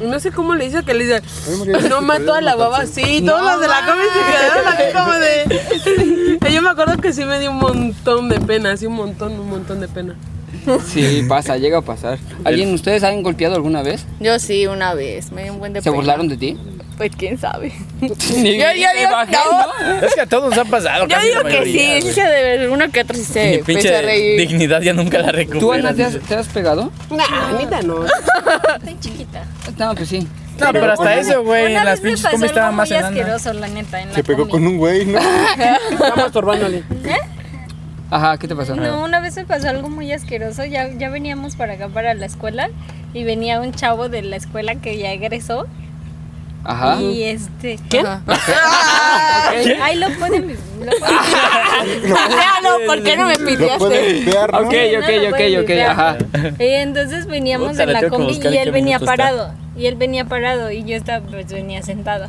S7: y No sé cómo le hice que le hice.
S2: Ay, María,
S7: No
S2: te
S7: mató a la
S2: perdí la
S7: baba así. Todas las de la combi se quedaron así como de. Yo me acuerdo que sí me dio un montón de pena, así un montón, un montón de pena.
S5: Sí, pasa, llega a pasar. ¿Alguien, ustedes han golpeado alguna vez?
S8: Yo sí, una vez. Me dio un buen de
S5: ¿Se
S8: pena.
S5: burlaron de ti?
S8: Pues quién sabe. Yo-
S5: Ni-
S8: yo
S5: ni
S8: digo
S5: te bajé,
S8: no.
S1: Es que a todos nos ha pasado.
S8: Yo
S1: casi la
S8: digo que
S1: mayoría,
S8: sí.
S1: güey.
S8: Dije de ver uno que otro sí se
S1: Mi
S8: empezó a
S1: pinche
S8: reír.
S1: dignidad ya nunca la recuperas.
S5: ¿Tú, Ana, te has, te has pegado?
S7: Nah, Anita no.
S6: Estoy chiquita.
S5: No, pues sí.
S1: No, pero hasta eso, güey.
S6: Una
S1: En las
S6: vez me
S1: pinches
S6: pasó
S1: comis
S6: algo
S1: estaba más
S6: muy
S1: enana.
S6: asqueroso, la neta, en la
S2: Se pegó
S6: combi.
S2: con un güey, ¿no?
S7: Estamos estorbándole.
S5: Ajá, ¿qué te pasó?
S6: No, una vez me pasó algo muy asqueroso. Ya, ya veníamos para acá, para la escuela, y venía un chavo de la escuela que ya egresó.
S2: Ah.
S5: Ajá.
S6: Y este.
S8: Ajá.
S6: Ahí lo pueden. Lo pueden
S8: Ah, no, ¿por qué no me
S2: Lo
S8: pidiaste?
S2: puedes ver, ¿no?
S5: Ok, ok,
S6: No,
S5: ok,
S6: güey,
S5: ok,
S6: ya.
S5: ajá.
S6: Eh, entonces veníamos
S1: Puta,
S6: en
S1: la
S6: la
S1: tengo que
S6: combi
S1: buscar
S6: y
S1: en
S6: él
S1: qué
S6: venía
S1: minuto está.
S6: parado. Y él venía parado y yo estaba, pues venía sentado.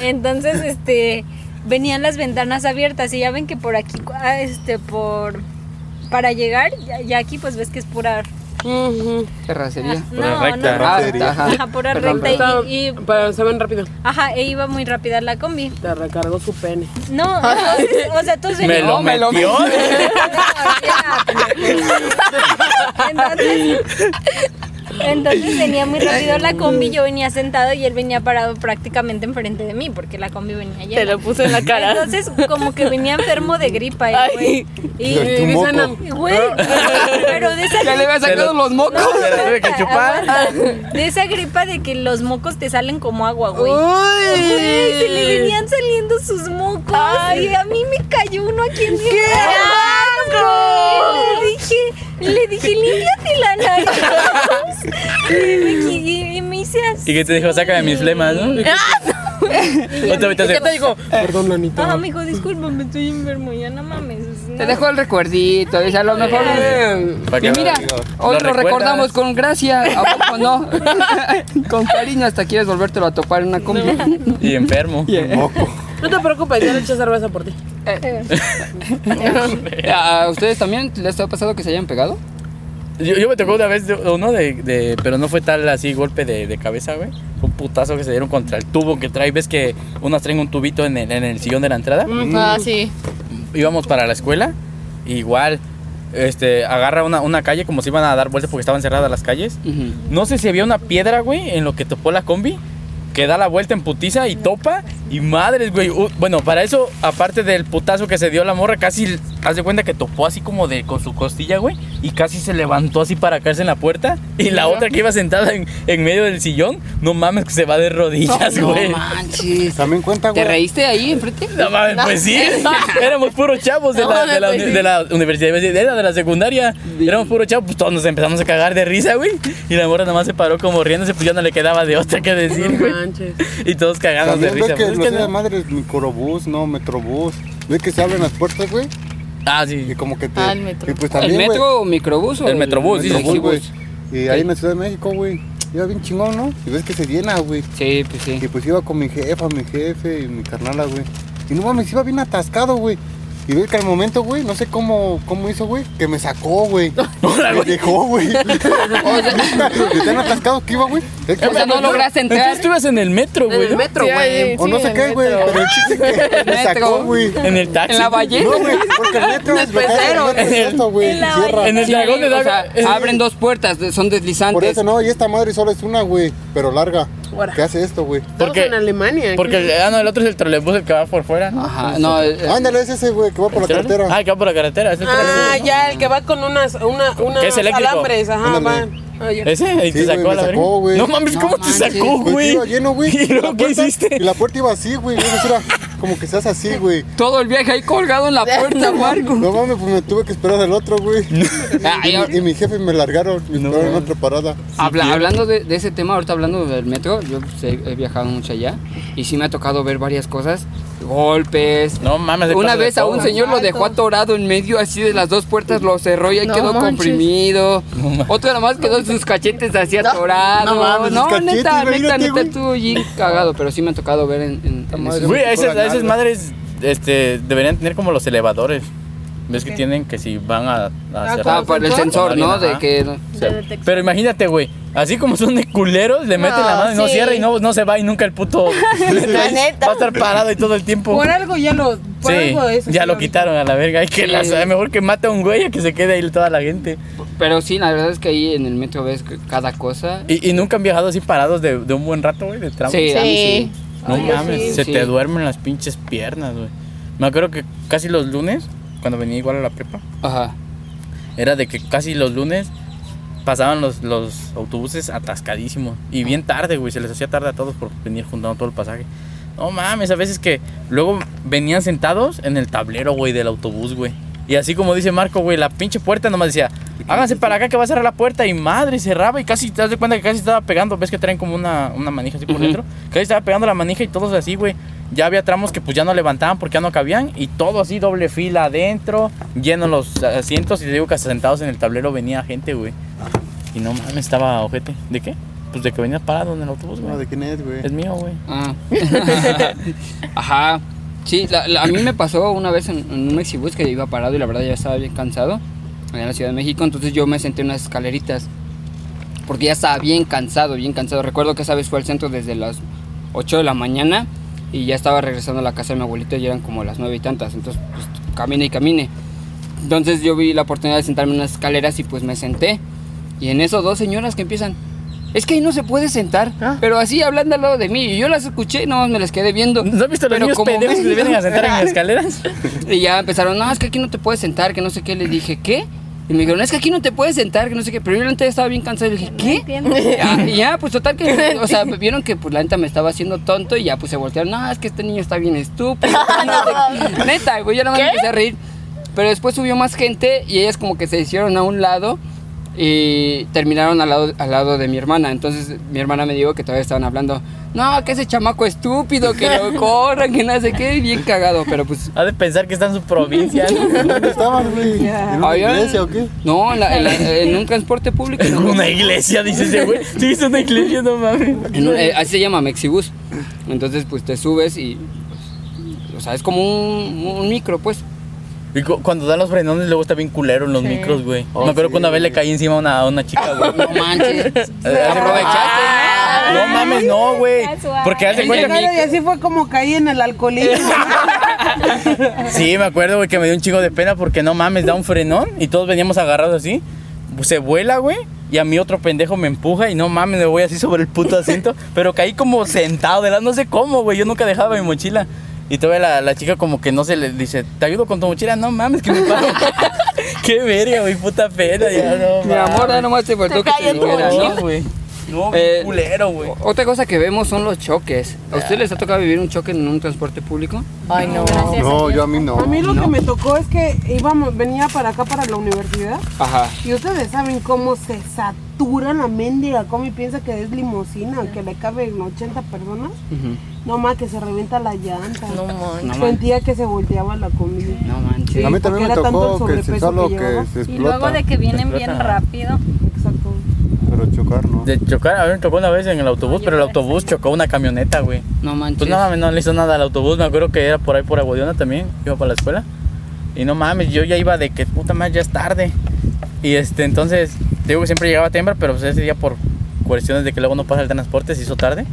S6: Entonces, este, venían las ventanas abiertas y ya ven que por aquí, ah, este, por, para llegar, ya, ya aquí pues ves que es pura...
S5: Terracería.
S1: Pura recta.
S5: Ah,
S6: no,
S2: Terracería.
S5: ajá.
S6: Ajá, pura
S5: Perdón,
S6: recta
S5: perdón.
S7: Estaba-
S6: Y, y-
S7: Para, se ven rápido.
S6: ajá, e iba muy rápida la combi.
S7: La recargó su pene.
S6: No, entonces, o sea, tú
S1: Me
S6: venías-
S1: lo
S5: me lo-
S1: metió.
S6: Entonces, entonces venía muy rápido la combi, yo venía sentado y él venía parado prácticamente enfrente de mí porque la combi venía
S8: Te
S6: llena.
S8: lo puse en la cara.
S6: Entonces como que venía enfermo de gripa el
S8: Ay.
S6: güey. Y
S2: De tu
S6: esa
S2: moco.
S6: no- güey, pero de esa
S5: Ya le había sacado
S1: Se lo-
S5: los mocos.
S1: Se la tuve que chupar.
S6: aguanta, de esa gripa de que los mocos te salen como agua, güey. Güey, se le venían saliendo sus mocos. Y a mí me cayó uno aquí en mi ¡Qué Le dije, le dije, límpiate la nariz. y, me, y- y me hice así.
S1: Y que te dijo, sácame mis flemas, Ah, ¿no? Otra vez te hace-
S2: Perdón, Lanita.
S6: Ajá, me dijo, discúlpame, estoy enfermo, ya no mames. no".
S5: Te dejo el recuerdito, dice, a lo mejor. eh,
S1: Para que
S5: y mira,
S1: lo- lo
S5: hoy lo
S1: recuerdas.
S5: recordamos con gracia, ¿a poco no? con cariño, hasta quieres volvértelo a topar en una combi.
S1: Y enfermo.
S7: No te preocupes, ya le eché cerveza por ti.
S5: ¿A ustedes también les ha pasado que se hayan pegado?
S1: Yo, yo me tocó una vez de- uno de, de- Pero no fue tal así golpe de, de cabeza, güey. Fue un putazo que se dieron contra el tubo que trae. ¿Ves que unas traen un tubito en el, en el sillón de la entrada?
S8: Ah, sí.
S1: íbamos para la escuela, igual, este, agarra una, una calle como si iban a dar vueltas porque estaban cerradas las calles.
S5: Ujú.
S1: No sé si había una piedra, güey, en lo que topó la combi, que da la vuelta en putiza y topa, y madres, güey. u- bueno, para eso, aparte del putazo que se dio la morra, casi, haz de cuenta que topó así como de, con su costilla, güey, y casi se levantó así para caerse en la puerta, y la otra que iba sentada en, en medio del sillón, no mames, que se va de rodillas,
S5: No
S1: güey.
S5: manches.
S2: También cuenta,
S5: ¿Te
S2: güey.
S5: reíste ahí enfrente?
S1: No mames, pues sí. Éramos puros chavos de,
S8: No
S1: la,
S8: mames,
S1: de, la,
S8: pues
S1: uni-
S8: sí.
S1: de la universidad, de la, de la secundaria.
S5: Sí.
S1: Éramos puros chavos, pues todos nos empezamos a cagar de risa, güey. Y la morra nomás se paró como riéndose, pues ya no le quedaba de otra que decir, güey.
S7: Manches.
S1: Y todos cagados de
S2: También ves
S1: risa.
S2: que
S1: pues, es
S2: no
S1: que
S2: sé
S1: no.
S2: de madres, microbús, no, metrobús. Ves que se abren las puertas, güey,
S1: Ah,
S2: y
S1: sí.
S2: como que te...
S8: Ah, el metro.
S2: Y pues
S5: ¿El
S2: también, güey,
S5: metro o microbús? o
S1: El metrobús,
S2: el metrobús,
S1: pues, sí, pues.
S2: güey.
S5: microbús?
S2: Y ahí en la Ciudad de México, güey, iba bien chingón, ¿no? Y ves que se llena, güey.
S5: Sí, pues
S2: Y
S5: sí.
S2: pues iba con mi jefa, mi jefe y mi carnala, güey. Y no mames, iba bien atascado, güey. Y ves que al momento, güey, no sé cómo, cómo hizo, güey, que me sacó, güey. me dejó, güey. Ay, neta, De tan atascado que iba, güey. Es que-
S5: O sea, no lograste entrar.
S1: Entonces tú ibas en el metro, güey.
S7: el
S1: ¿no?
S7: metro,
S8: Sí,
S7: güey.
S8: ahí,
S2: O
S8: sí,
S2: no
S8: en
S2: sé
S8: el
S2: qué, güey,
S8: metro.
S2: pero el chiste es que me
S5: Metro.
S2: sacó, güey.
S1: En el taxi.
S5: ¿En la ballena?
S2: No, güey, porque el metro es
S7: Despecero.
S2: esto, güey, cierra.
S1: En el dragón de
S5: o sea,
S1: Dago-
S5: abren dos puertas, son deslizantes.
S2: Por eso no, y esta madre solo es una, güey, pero larga.
S3: Ahora,
S2: ¿Qué hace esto, güey?
S3: estamos en Alemania.
S7: Porque el, ah, no, el otro es el trolebús, el que va por fuera, ¿no?
S5: Ajá, no. eh, el- el-
S2: Ándale, es ese, güey, que va por la
S7: ¿El trole?
S2: carretera.
S7: Ah, el que va por la carretera. Es el
S3: Ah,
S7: trolebús, ¿no?
S3: ya, el que va con unas, una, unas
S7: Que es eléctrico.
S3: alambres, ajá,
S2: Ándale.
S3: van. Ah, ya.
S7: ¿Ese? Ahí
S2: Sí,
S7: te
S2: güey,
S7: sacó
S2: me
S7: a la
S2: sacó,
S7: verga.
S2: güey.
S7: No mames,
S5: No
S7: ¿cómo
S5: manches,
S7: te sacó,
S2: Pues
S7: güey?
S2: iba lleno, güey.
S7: ¿Y
S2: La
S7: luego qué
S2: puerta-
S7: hiciste?
S2: Y la puerta iba así, güey. Yo decía, como que seas así, güey.
S5: Todo el viaje ahí colgado en la puerta, Marco.
S2: No mames, pues me tuve que esperar al otro, güey.
S5: Ay,
S2: Y, y mi jefe me largaron, me esperaron en otra parada.
S5: Habla- hablando de, de ese tema, ahorita hablando del metro, yo pues, he, he viajado mucho allá y sí me ha tocado ver varias cosas, golpes.
S7: No mames, se
S5: Una
S7: pasa de
S5: vez a
S7: todo.
S5: un señor lo dejó atorado en medio así de las dos puertas, lo cerró y ahí
S10: No
S5: quedó
S10: manches.
S5: comprimido. Otro nada más quedó sus cachetes así atorados.
S2: no
S5: No,
S2: mames, sus cachetes,
S5: neta, neta,
S2: imagínate,
S5: neta,
S2: güey.
S5: estuvo bien cagado, pero sí me ha tocado ver en, en- en esos-
S7: Güey, a esas, a esas
S2: Larga.
S7: madres este, deberían tener como los elevadores. ¿Ves que tienen que si van a, a cerrar-
S5: Ah, por el sensor, ¿no? De que... no-
S2: pues,
S7: O sea, pero imagínate, güey, así como son de culeros, le meten
S5: Ah,
S7: la mano y no
S10: sí.
S7: cierra y no, no se va y nunca el puto
S10: La neta.
S7: va a estar parado y todo el tiempo.
S3: Por algo ya lo, por
S7: Sí,
S3: algo eso.
S7: ya
S3: sí
S7: lo quitaron a la verga. Hay que
S5: Sí.
S7: las- mejor que mate a un güey a que se quede ahí toda la gente.
S5: Pero sí, la verdad es que ahí en el metro ves cada cosa.
S7: Y, y nunca han viajado así parados de, de un buen rato, güey, de tramo.
S5: Sí, a mí sí.
S10: Sí.
S7: No
S5: Ay,
S7: mames,
S5: sí.
S7: se
S5: Sí.
S7: te duermen las pinches piernas, güey. Me acuerdo que casi los lunes, cuando venía igual a la prepa,
S5: Ajá.
S7: era de que casi los lunes pasaban los, los autobuses atascadísimos. Y bien tarde, güey, se les hacía tarde a todos por venir juntando todo el pasaje. No mames, a veces que luego venían sentados en el tablero, güey, del autobús, güey. Y así como dice Marco, güey, la pinche puerta nomás decía, háganse para acá que va a cerrar la puerta. Y madre, cerraba y casi, te das de cuenta que casi estaba pegando. Ves que traen como una, una manija así por
S5: Ujú.
S7: dentro. Casi estaba pegando la manija y todos así, güey. Ya había tramos que pues ya no levantaban porque ya no cabían. Y todo así, doble fila adentro, lleno los asientos. Y te digo que hasta sentados en el tablero venía gente, güey. Y no mames, estaba ojete. ¿De qué? Pues de que venías parado en el autobús,
S2: No,
S7: güey.
S2: ¿de quién es, güey?
S7: Es mío, güey.
S5: Ah. Ajá. Sí, la- la- a mí me pasó una vez en, en un Mexibus que iba parado y la verdad ya estaba bien cansado allá en la Ciudad de México, entonces yo me senté en unas escaleritas porque ya estaba bien cansado, bien cansado. Recuerdo que esa vez fue al centro desde las 8 de la mañana y ya estaba regresando a la casa de mi abuelito y eran como las 9 y tantas, entonces pues, camine y camine. Entonces yo vi la oportunidad de sentarme en unas escaleras y pues me senté. Y en eso dos señoras que empiezan, es que ahí no se puede sentar,
S7: Ah.
S5: pero así hablando al lado de mí. Y yo las escuché, no, me las quedé viendo.
S7: ¿No has visto los
S5: Pero
S7: niños
S5: como
S7: pendejos que se
S5: medio-
S7: vienen a sentar en las escaleras?
S5: Y ya empezaron, no, es que aquí no te puedes sentar, que no sé qué. Le dije, ¿qué? Y me dijeron, es que aquí no te puedes sentar, que no sé qué. Pero yo la neta estaba bien cansado. Le dije, ¿qué? Ah, y ya, pues total que, o sea, vieron que pues la neta me estaba haciendo tonto y ya pues se voltearon, no, es que este niño está bien estúpido. no sé qué". Neta, güey, yo nada más me empecé a reír. Pero después subió más gente y ellas como que se hicieron a un lado y terminaron al lado, al lado de mi hermana. Entonces mi hermana me dijo que todavía estaban hablando, no, que ese chamaco estúpido, que lo corran, que no sé qué, bien cagado, pero pues...
S7: Ha de pensar que está en su provincia. ¿no?
S2: ¿Dónde estaban, güey? ¿En una
S5: Había-
S2: iglesia o qué?
S5: No, en, la- en la- en un transporte público.
S7: En
S5: ¿no?
S7: una iglesia, dice ese güey. Sí, es una iglesia, no mames.
S5: En un- eh, así se llama Mexibus. Entonces, pues te subes y. pues, o sea, es como un, un micro, pues.
S7: Y cu- cuando dan los frenones, luego está bien culero en los micros, güey.
S2: Oh,
S7: Me acuerdo
S2: sí.
S7: que una vez le caí encima a una, a una chica, güey.
S5: No manches.
S7: Eh, hace-
S2: Ah.
S5: Aprovechaste,
S7: No mames, no, güey.
S6: Casual.
S7: Porque hace cuenta
S5: Ay,
S3: Claro, y así fue como caí en el alcoholismo.
S7: Sí, me acuerdo, güey, que me dio un chingo de pena porque no mames, da un frenón y todos veníamos agarrados así. Pues, Se vuela, güey, y a mí otro pendejo me empuja y no mames, me voy así sobre el puto asiento. pero caí como sentado, de la no sé cómo, güey, yo nunca dejaba mi mochila. Y todavía la, la chica como que no se le dice, ¿te ayudo con tu mochila? No mames, que me paro. Qué verga, güey, puta pena. Ya, no,
S5: ¿no? Mi amor, ya nomás te faltó
S10: Te
S5: que
S10: cae
S5: te
S10: en tu
S5: dijera,
S7: no,
S5: ¿no?
S7: güey. No,
S5: Eh,
S7: bien culero, güey.
S5: Otra cosa que vemos son los choques. ¿A usted les ha tocado vivir un choque en un transporte público?
S10: Ay, no.
S2: No, yo a mí no.
S3: A mí lo que me tocó es que íbamos, venía para acá, para la universidad,
S5: Ajá.
S3: y ustedes saben cómo se satura la mendiga come y piensa que es limusina, que le caben 80 personas. No más que se revienta la llanta.
S10: No manches.
S5: No, man-
S3: Sentía que se volteaba la comida.
S5: no manches.
S2: A mí
S3: Sí, porque
S2: también me
S3: era tanto
S2: tocó
S3: el
S2: que se
S3: sobrepeso
S2: solo
S3: que
S2: que
S3: llevaba.
S2: se
S6: Y luego
S2: explota.
S6: de que vienen bien rápido.
S3: Exacto.
S2: Pero chocar, ¿no?
S7: De chocar, a mí me tocó una vez en el autobús, pero el autobús chocó una camioneta, güey.
S5: No manches.
S7: Pues no mames, no le hizo nada al autobús. Me acuerdo que era por ahí por Aguadiona también. Iba para la escuela. Y no mames, yo ya iba de que puta madre, ya es tarde. Y este, entonces, te digo que siempre llegaba temprano, pero pues ese día por cuestiones de que luego no pasa el transporte, se hizo tarde.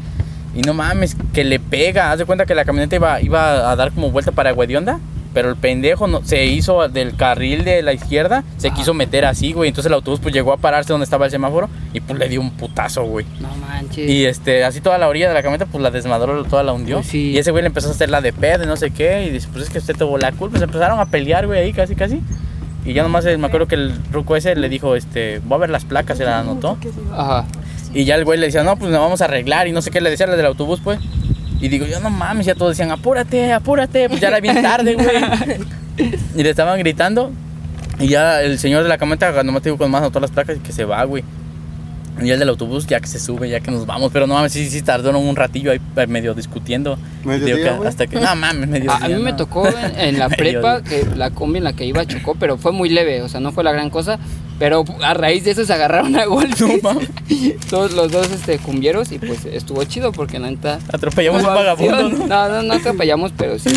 S7: Y no mames, que le pega. Haz de cuenta que la camioneta iba, iba a dar como vuelta para Aguadionda. Pero el pendejo no, se hizo del carril de la izquierda, se quiso meter así, güey. Entonces el autobús pues llegó a pararse donde estaba el semáforo y pues le dio un putazo, güey.
S5: No manches.
S7: Y este, así toda la orilla de la camioneta, pues la desmadró, toda la hundió.
S5: Pues, sí.
S7: Y ese güey le empezó a hacer la de pedo y no sé qué. Y dice, pues es que usted tuvo la culpa. Se empezaron a pelear, güey, ahí casi, casi. Y ya nomás eh, me acuerdo que el ruco ese le dijo, este, voy a ver las placas, se la anotó.
S5: Ajá.
S7: Y ya el güey le decía, no, pues nos vamos a arreglar. Y no sé qué le decía al del autobús, pues. Y digo, yo no mames, ya todos decían, apúrate, apúrate. Pues ya era bien tarde, güey. y le estaban gritando. Y ya el señor de la camioneta, nomás te digo, con más anotó las placas y que se va, güey. Y el del autobús, ya que se sube, ya que nos vamos. Pero no mames, sí, sí, tardaron un ratillo ahí eh, medio discutiendo.
S2: Medio
S7: Digo
S2: día,
S7: que
S2: güey.
S7: hasta que, no mames, medio
S5: A,
S7: día,
S5: a mí me
S7: no.
S5: tocó en, en la
S7: Medio
S5: prepa
S7: día.
S5: que la combi en la que iba chocó, pero fue muy leve, o sea, no fue la gran cosa. Pero a raíz de eso se agarraron a golpes. Todos los dos este, cumbieros y pues estuvo chido porque la neta.
S7: Atropellamos a un vagabundo, ¿no?
S5: No, no, no atropellamos, pero sí.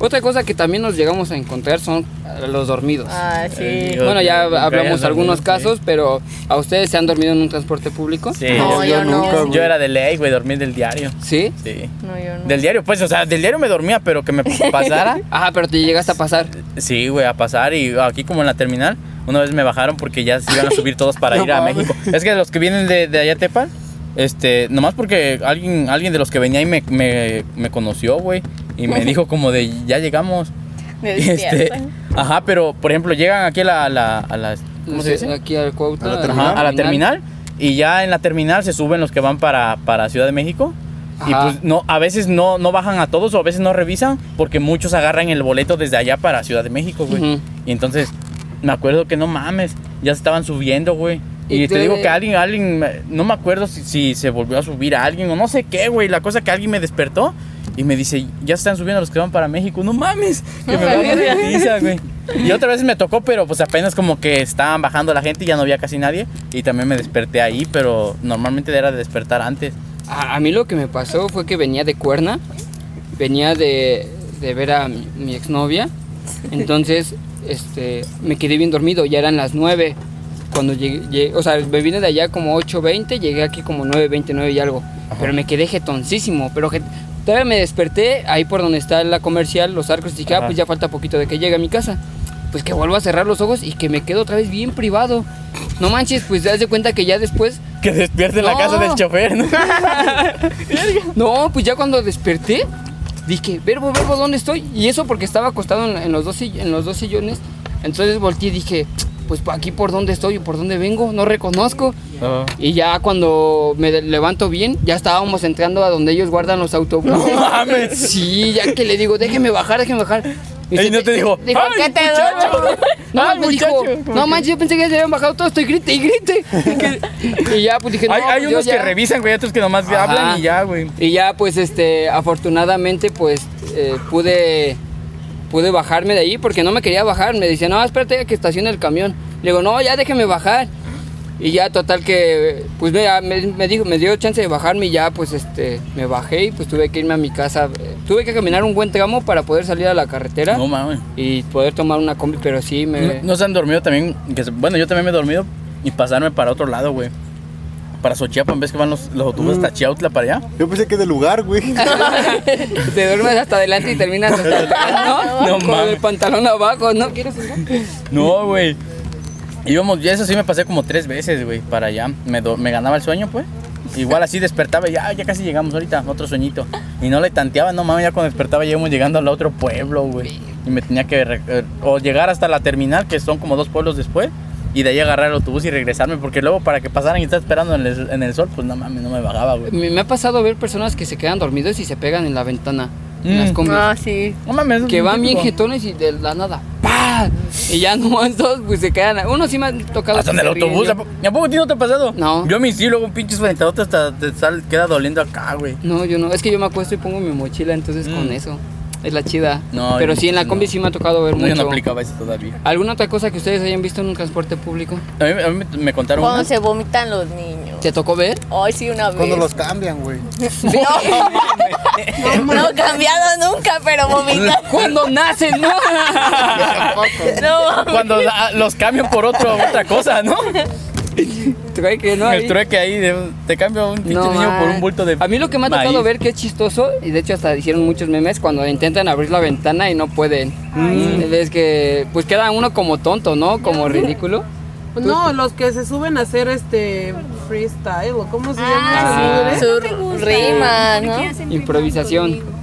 S5: Otra cosa que también nos llegamos a encontrar son eh, los dormidos.
S6: Ah, sí.
S5: Bueno, ya hablamos
S7: dormido,
S5: algunos
S7: sí.
S5: casos, pero ¿a ustedes se han dormido en un transporte público?
S7: Sí.
S6: No, yo no.
S2: nunca, güey.
S7: Yo era de ley, güey, dormir del diario.
S5: ¿Sí?
S7: Sí.
S6: No, yo no.
S7: Del diario, pues, o sea, del diario me dormía, pero que me pasara.
S5: Ajá, pero te llegaste a pasar.
S7: Sí, güey, a pasar y aquí como en la terminal, una vez me bajaron porque ya se iban a subir todos para ir a México. Es que los que vienen de, de allá a Tepa, este, nomás porque alguien, alguien de los que venía ahí me, me, me conoció, güey, y me dijo como de, ya llegamos.
S6: Me
S7: Y este,
S6: despierta.
S7: ajá, pero por ejemplo, llegan aquí a la, a la, a la- ¿cómo se dice?
S5: Aquí al Cuautla.
S2: A la
S7: Ajá, a la terminal. Y ya en la terminal se suben los que van para, para Ciudad de México. Y
S5: Ajá.
S7: pues no, a veces no, no bajan a todos o a veces no revisan porque muchos agarran el boleto desde allá para Ciudad de México, güey.
S5: Ujú.
S7: Y entonces me acuerdo que no mames, ya se estaban subiendo, güey.
S5: Y
S7: Y, te
S5: te-
S7: digo que alguien, alguien, me- no me acuerdo si, si se volvió a subir a alguien o no sé qué, güey. La cosa que alguien me despertó y me dice, ya se están subiendo los que van para México. No mames, que me van a realizar, güey. Y otra vez me tocó, pero pues apenas como que estaban bajando la gente y ya no había casi nadie. Y también me desperté ahí, pero normalmente era de despertar antes.
S5: A, a mí lo que me pasó fue que venía de Cuerna, venía de, de ver a mi, mi exnovia, entonces este, me quedé bien dormido, ya eran las 9. Cuando llegué, llegué- o sea, me vine de allá como 8.20, llegué aquí como 9.29 y algo, pero me quedé jetoncísimo, pero jet- todavía me desperté ahí por donde está la comercial, los arcos, y dije, ah,
S7: Ajá.
S5: pues ya falta poquito de que llegue a mi casa. Pues que vuelvo a cerrar los ojos y que me quedo otra vez bien privado. No manches, pues te das de cuenta que ya después
S7: Que despierte en la
S5: No.
S7: casa del chofer, ¿no?
S5: No, pues ya cuando desperté, dije, verbo, verbo, ¿dónde estoy? Y eso porque estaba acostado en, en los, dos, sill- en los dos sillones. Entonces volteé y dije, pues pa- aquí por dónde estoy y por dónde vengo, no reconozco.
S7: Ajá.
S5: Y ya cuando me de- levanto bien, ya estábamos entrando a donde ellos guardan los autobuses.
S7: mames.
S5: Sí, ya que le digo, déjeme bajar, déjeme bajar. Y
S7: Y no te dijo,
S6: Dijo,
S7: "Ay,
S6: ¿qué te
S7: muchacho".
S6: duele?
S5: No,
S7: Ay,
S5: me
S7: muchacho,
S5: dijo,
S7: ¿por
S5: no
S7: qué?
S5: manches, yo pensé que ya se habían bajado todos, estoy grite y grite. Y que- Y ya, pues dije, no,
S7: hay hay
S5: pues yo
S7: unos que
S5: ya-
S7: revisan, güey, otros que nomás
S5: Ajá.
S7: hablan y ya, güey.
S5: Y ya, pues, este, afortunadamente, pues, eh, pude, pude bajarme de ahí porque no me quería bajar. Me dice, no, espérate a que estacione el camión. Le digo, no, ya déjeme bajar. Y ya, total que, pues, mira, me, me dijo, me dio chance de bajarme y ya, pues, este, me bajé y pues tuve que irme a mi casa. Eh, Tuve que caminar un buen tramo para poder salir a la carretera
S7: No mames.
S5: y poder tomar una combi, pero sí
S7: No,
S5: me...
S7: no se han dormido también. que se- bueno, yo también me he dormido y pasarme para otro lado, güey. Para Xochiapan, ves que van los, los autobuses hasta Chiautla para allá.
S2: Yo pensé que de lugar, güey.
S5: Te duermes hasta adelante y terminas hasta atrás, ¿no?
S7: No
S5: Con el
S7: mames.
S5: pantalón abajo, ¿no? ¿Quieres un-
S7: No, güey. Íbamos, ya eso sí me pasé como tres veces, güey, para allá. Me, do- me ganaba el sueño, pues. Igual así despertaba y ya, ya casi llegamos ahorita, otro sueñito. Y no le tanteaba, no mames, ya cuando despertaba ya íbamos llegando al otro pueblo, güey. Y me tenía que... re- eh, o llegar hasta la terminal, que son como dos pueblos después, y de ahí agarrar el autobús y regresarme, porque luego para que pasaran y estar esperando en el, en el sol, pues no mames, no me bajaba, güey.
S5: Me, me ha pasado ver personas que se quedan dormidos y se pegan en la ventana, en
S7: Mm.
S5: las combis.
S6: Ah, sí.
S7: No mames, eso es
S5: que
S7: muy
S5: van bien
S7: típico.
S5: jetones y de la nada, ¡pa! Y ya nomás dos, pues se quedan. Uno sí me ha tocado.
S7: Hasta en
S5: que
S7: el
S5: se ríen,
S7: autobús.
S5: yo-
S7: ¿A po- ¿A poco a ti no te ha pasado?
S5: No.
S7: Yo a mí sí, luego un pinche frentadote hasta te sal- queda doliendo acá, güey.
S5: No, yo no. Es que yo me acuesto y pongo mi mochila, entonces
S7: Mm.
S5: con eso. Es la chida.
S7: No,
S5: Pero
S7: yo
S5: sí, en la
S7: no.
S5: combi sí me ha tocado ver
S7: No, yo
S5: mucho.
S7: no aplicaba eso todavía.
S5: ¿Alguna otra cosa que ustedes hayan visto en un transporte público?
S7: A mí, a mí me, me contaron
S6: Cuando
S7: una.
S6: se vomitan los niños.
S5: ¿Te tocó ver?
S6: Ay, sí, una vez.
S2: Cuando los cambian, güey.
S6: No, no cambiado nunca, pero vomitan.
S5: Cuando nacen, no?
S6: No,
S7: Cuando la- los cambian por otro, otra cosa, ¿no?
S5: Trae que no
S1: El
S5: hay.
S1: trueque ahí, de- te cambio un pinche
S5: No,
S1: niño por
S5: ma.
S1: un bulto de.
S5: A mí lo que me ha tocado
S1: maíz.
S5: ver que es chistoso, y de hecho hasta hicieron muchos memes, cuando intentan abrir la ventana y no pueden.
S1: Mm.
S5: Es que, pues queda uno como tonto, ¿no? Como ridículo.
S7: Pues No, los que se suben a hacer este freestyle o cómo se llama.
S5: Ah,
S7: esa madre?
S8: Su
S6: Me gusta.
S8: rima,
S6: ¿Por qué
S8: ¿no?
S6: hacen rimas
S5: Improvisación.
S6: conmigo?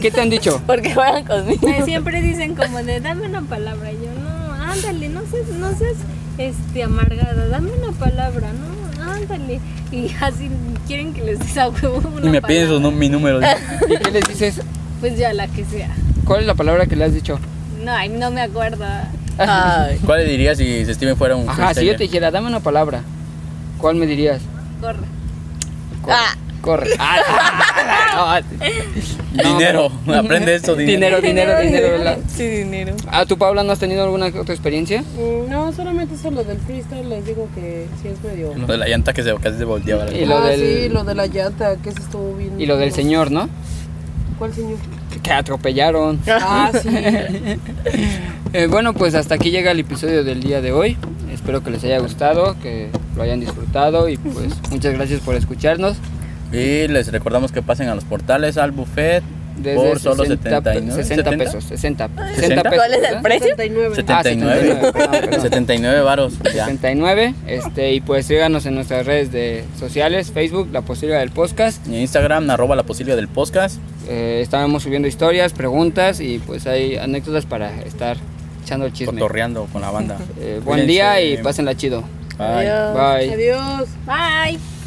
S5: ¿Qué te han
S7: Ah.
S5: dicho?
S8: Porque juegan conmigo.
S6: Me siempre dicen como de dame una palabra. Y yo, no, ándale, no seas, no seas este amargada, dame una palabra, no, ándale. Y así quieren que les des a huevo una
S1: Y me
S6: palabra.
S1: piden su nom- mi número.
S5: ¿Y qué les dices?
S6: Pues ya la que sea.
S5: ¿Cuál es la palabra que le has dicho?
S6: No, ay, no me acuerdo.
S8: Ay.
S1: ¿Cuál le dirías si Steven fuera un
S5: Ajá, si yo te
S1: freestyler?
S5: dijera, dame una palabra, ¿cuál me dirías?
S6: Corre.
S5: Corre.
S8: Ah.
S5: Corre. Ah, ah, ah, ah.
S1: Dinero,
S5: No, pero-
S1: aprende esto, dinero.
S5: Dinero, dinero, dinero. ¿verdad?
S8: Sí, dinero.
S5: Ah, ¿tú, Paula, no has tenido alguna otra experiencia?
S7: Mm, No, solamente eso lo del freestyle les digo que sí es medio.
S1: Lo de la llanta que se, casi se volteaba. la-
S5: Y lo
S7: ah,
S5: del-
S7: sí, lo de la llanta, que se estuvo bien.
S5: Y lo del señor, ¿no?
S7: ¿Cuál señor?
S5: Que atropellaron.
S7: Ah, sí.
S5: Eh, bueno, pues hasta aquí llega el episodio del día de hoy. Espero que les haya gustado, que lo hayan disfrutado y pues muchas gracias por escucharnos.
S1: Y les recordamos que pasen a los portales al buffet
S5: Desde
S1: por solo
S5: 60 pe-
S1: 79
S5: 60
S1: ¿70?
S5: pesos, 60,
S1: ¿60?
S5: 60 pesos.
S8: ¿Cuál es el
S5: ¿verdad?
S8: precio?
S7: 39.
S5: Ah,
S1: 79.
S5: 79, perdón.
S1: 79 varos. ya.
S5: 69, este, y pues síganos en nuestras redes de sociales, Facebook, La Posibilidad del Podcast.
S1: En Instagram, arroba la posibilidad del podcast.
S5: Eh, estábamos subiendo historias, preguntas y pues hay anécdotas para estar echando el chisme.
S1: Cotorreando con la banda.
S5: Eh, buen día y
S1: Cuídense.
S5: pásenla chido.
S1: Bye.
S5: Bye.
S7: Adiós.
S6: Bye.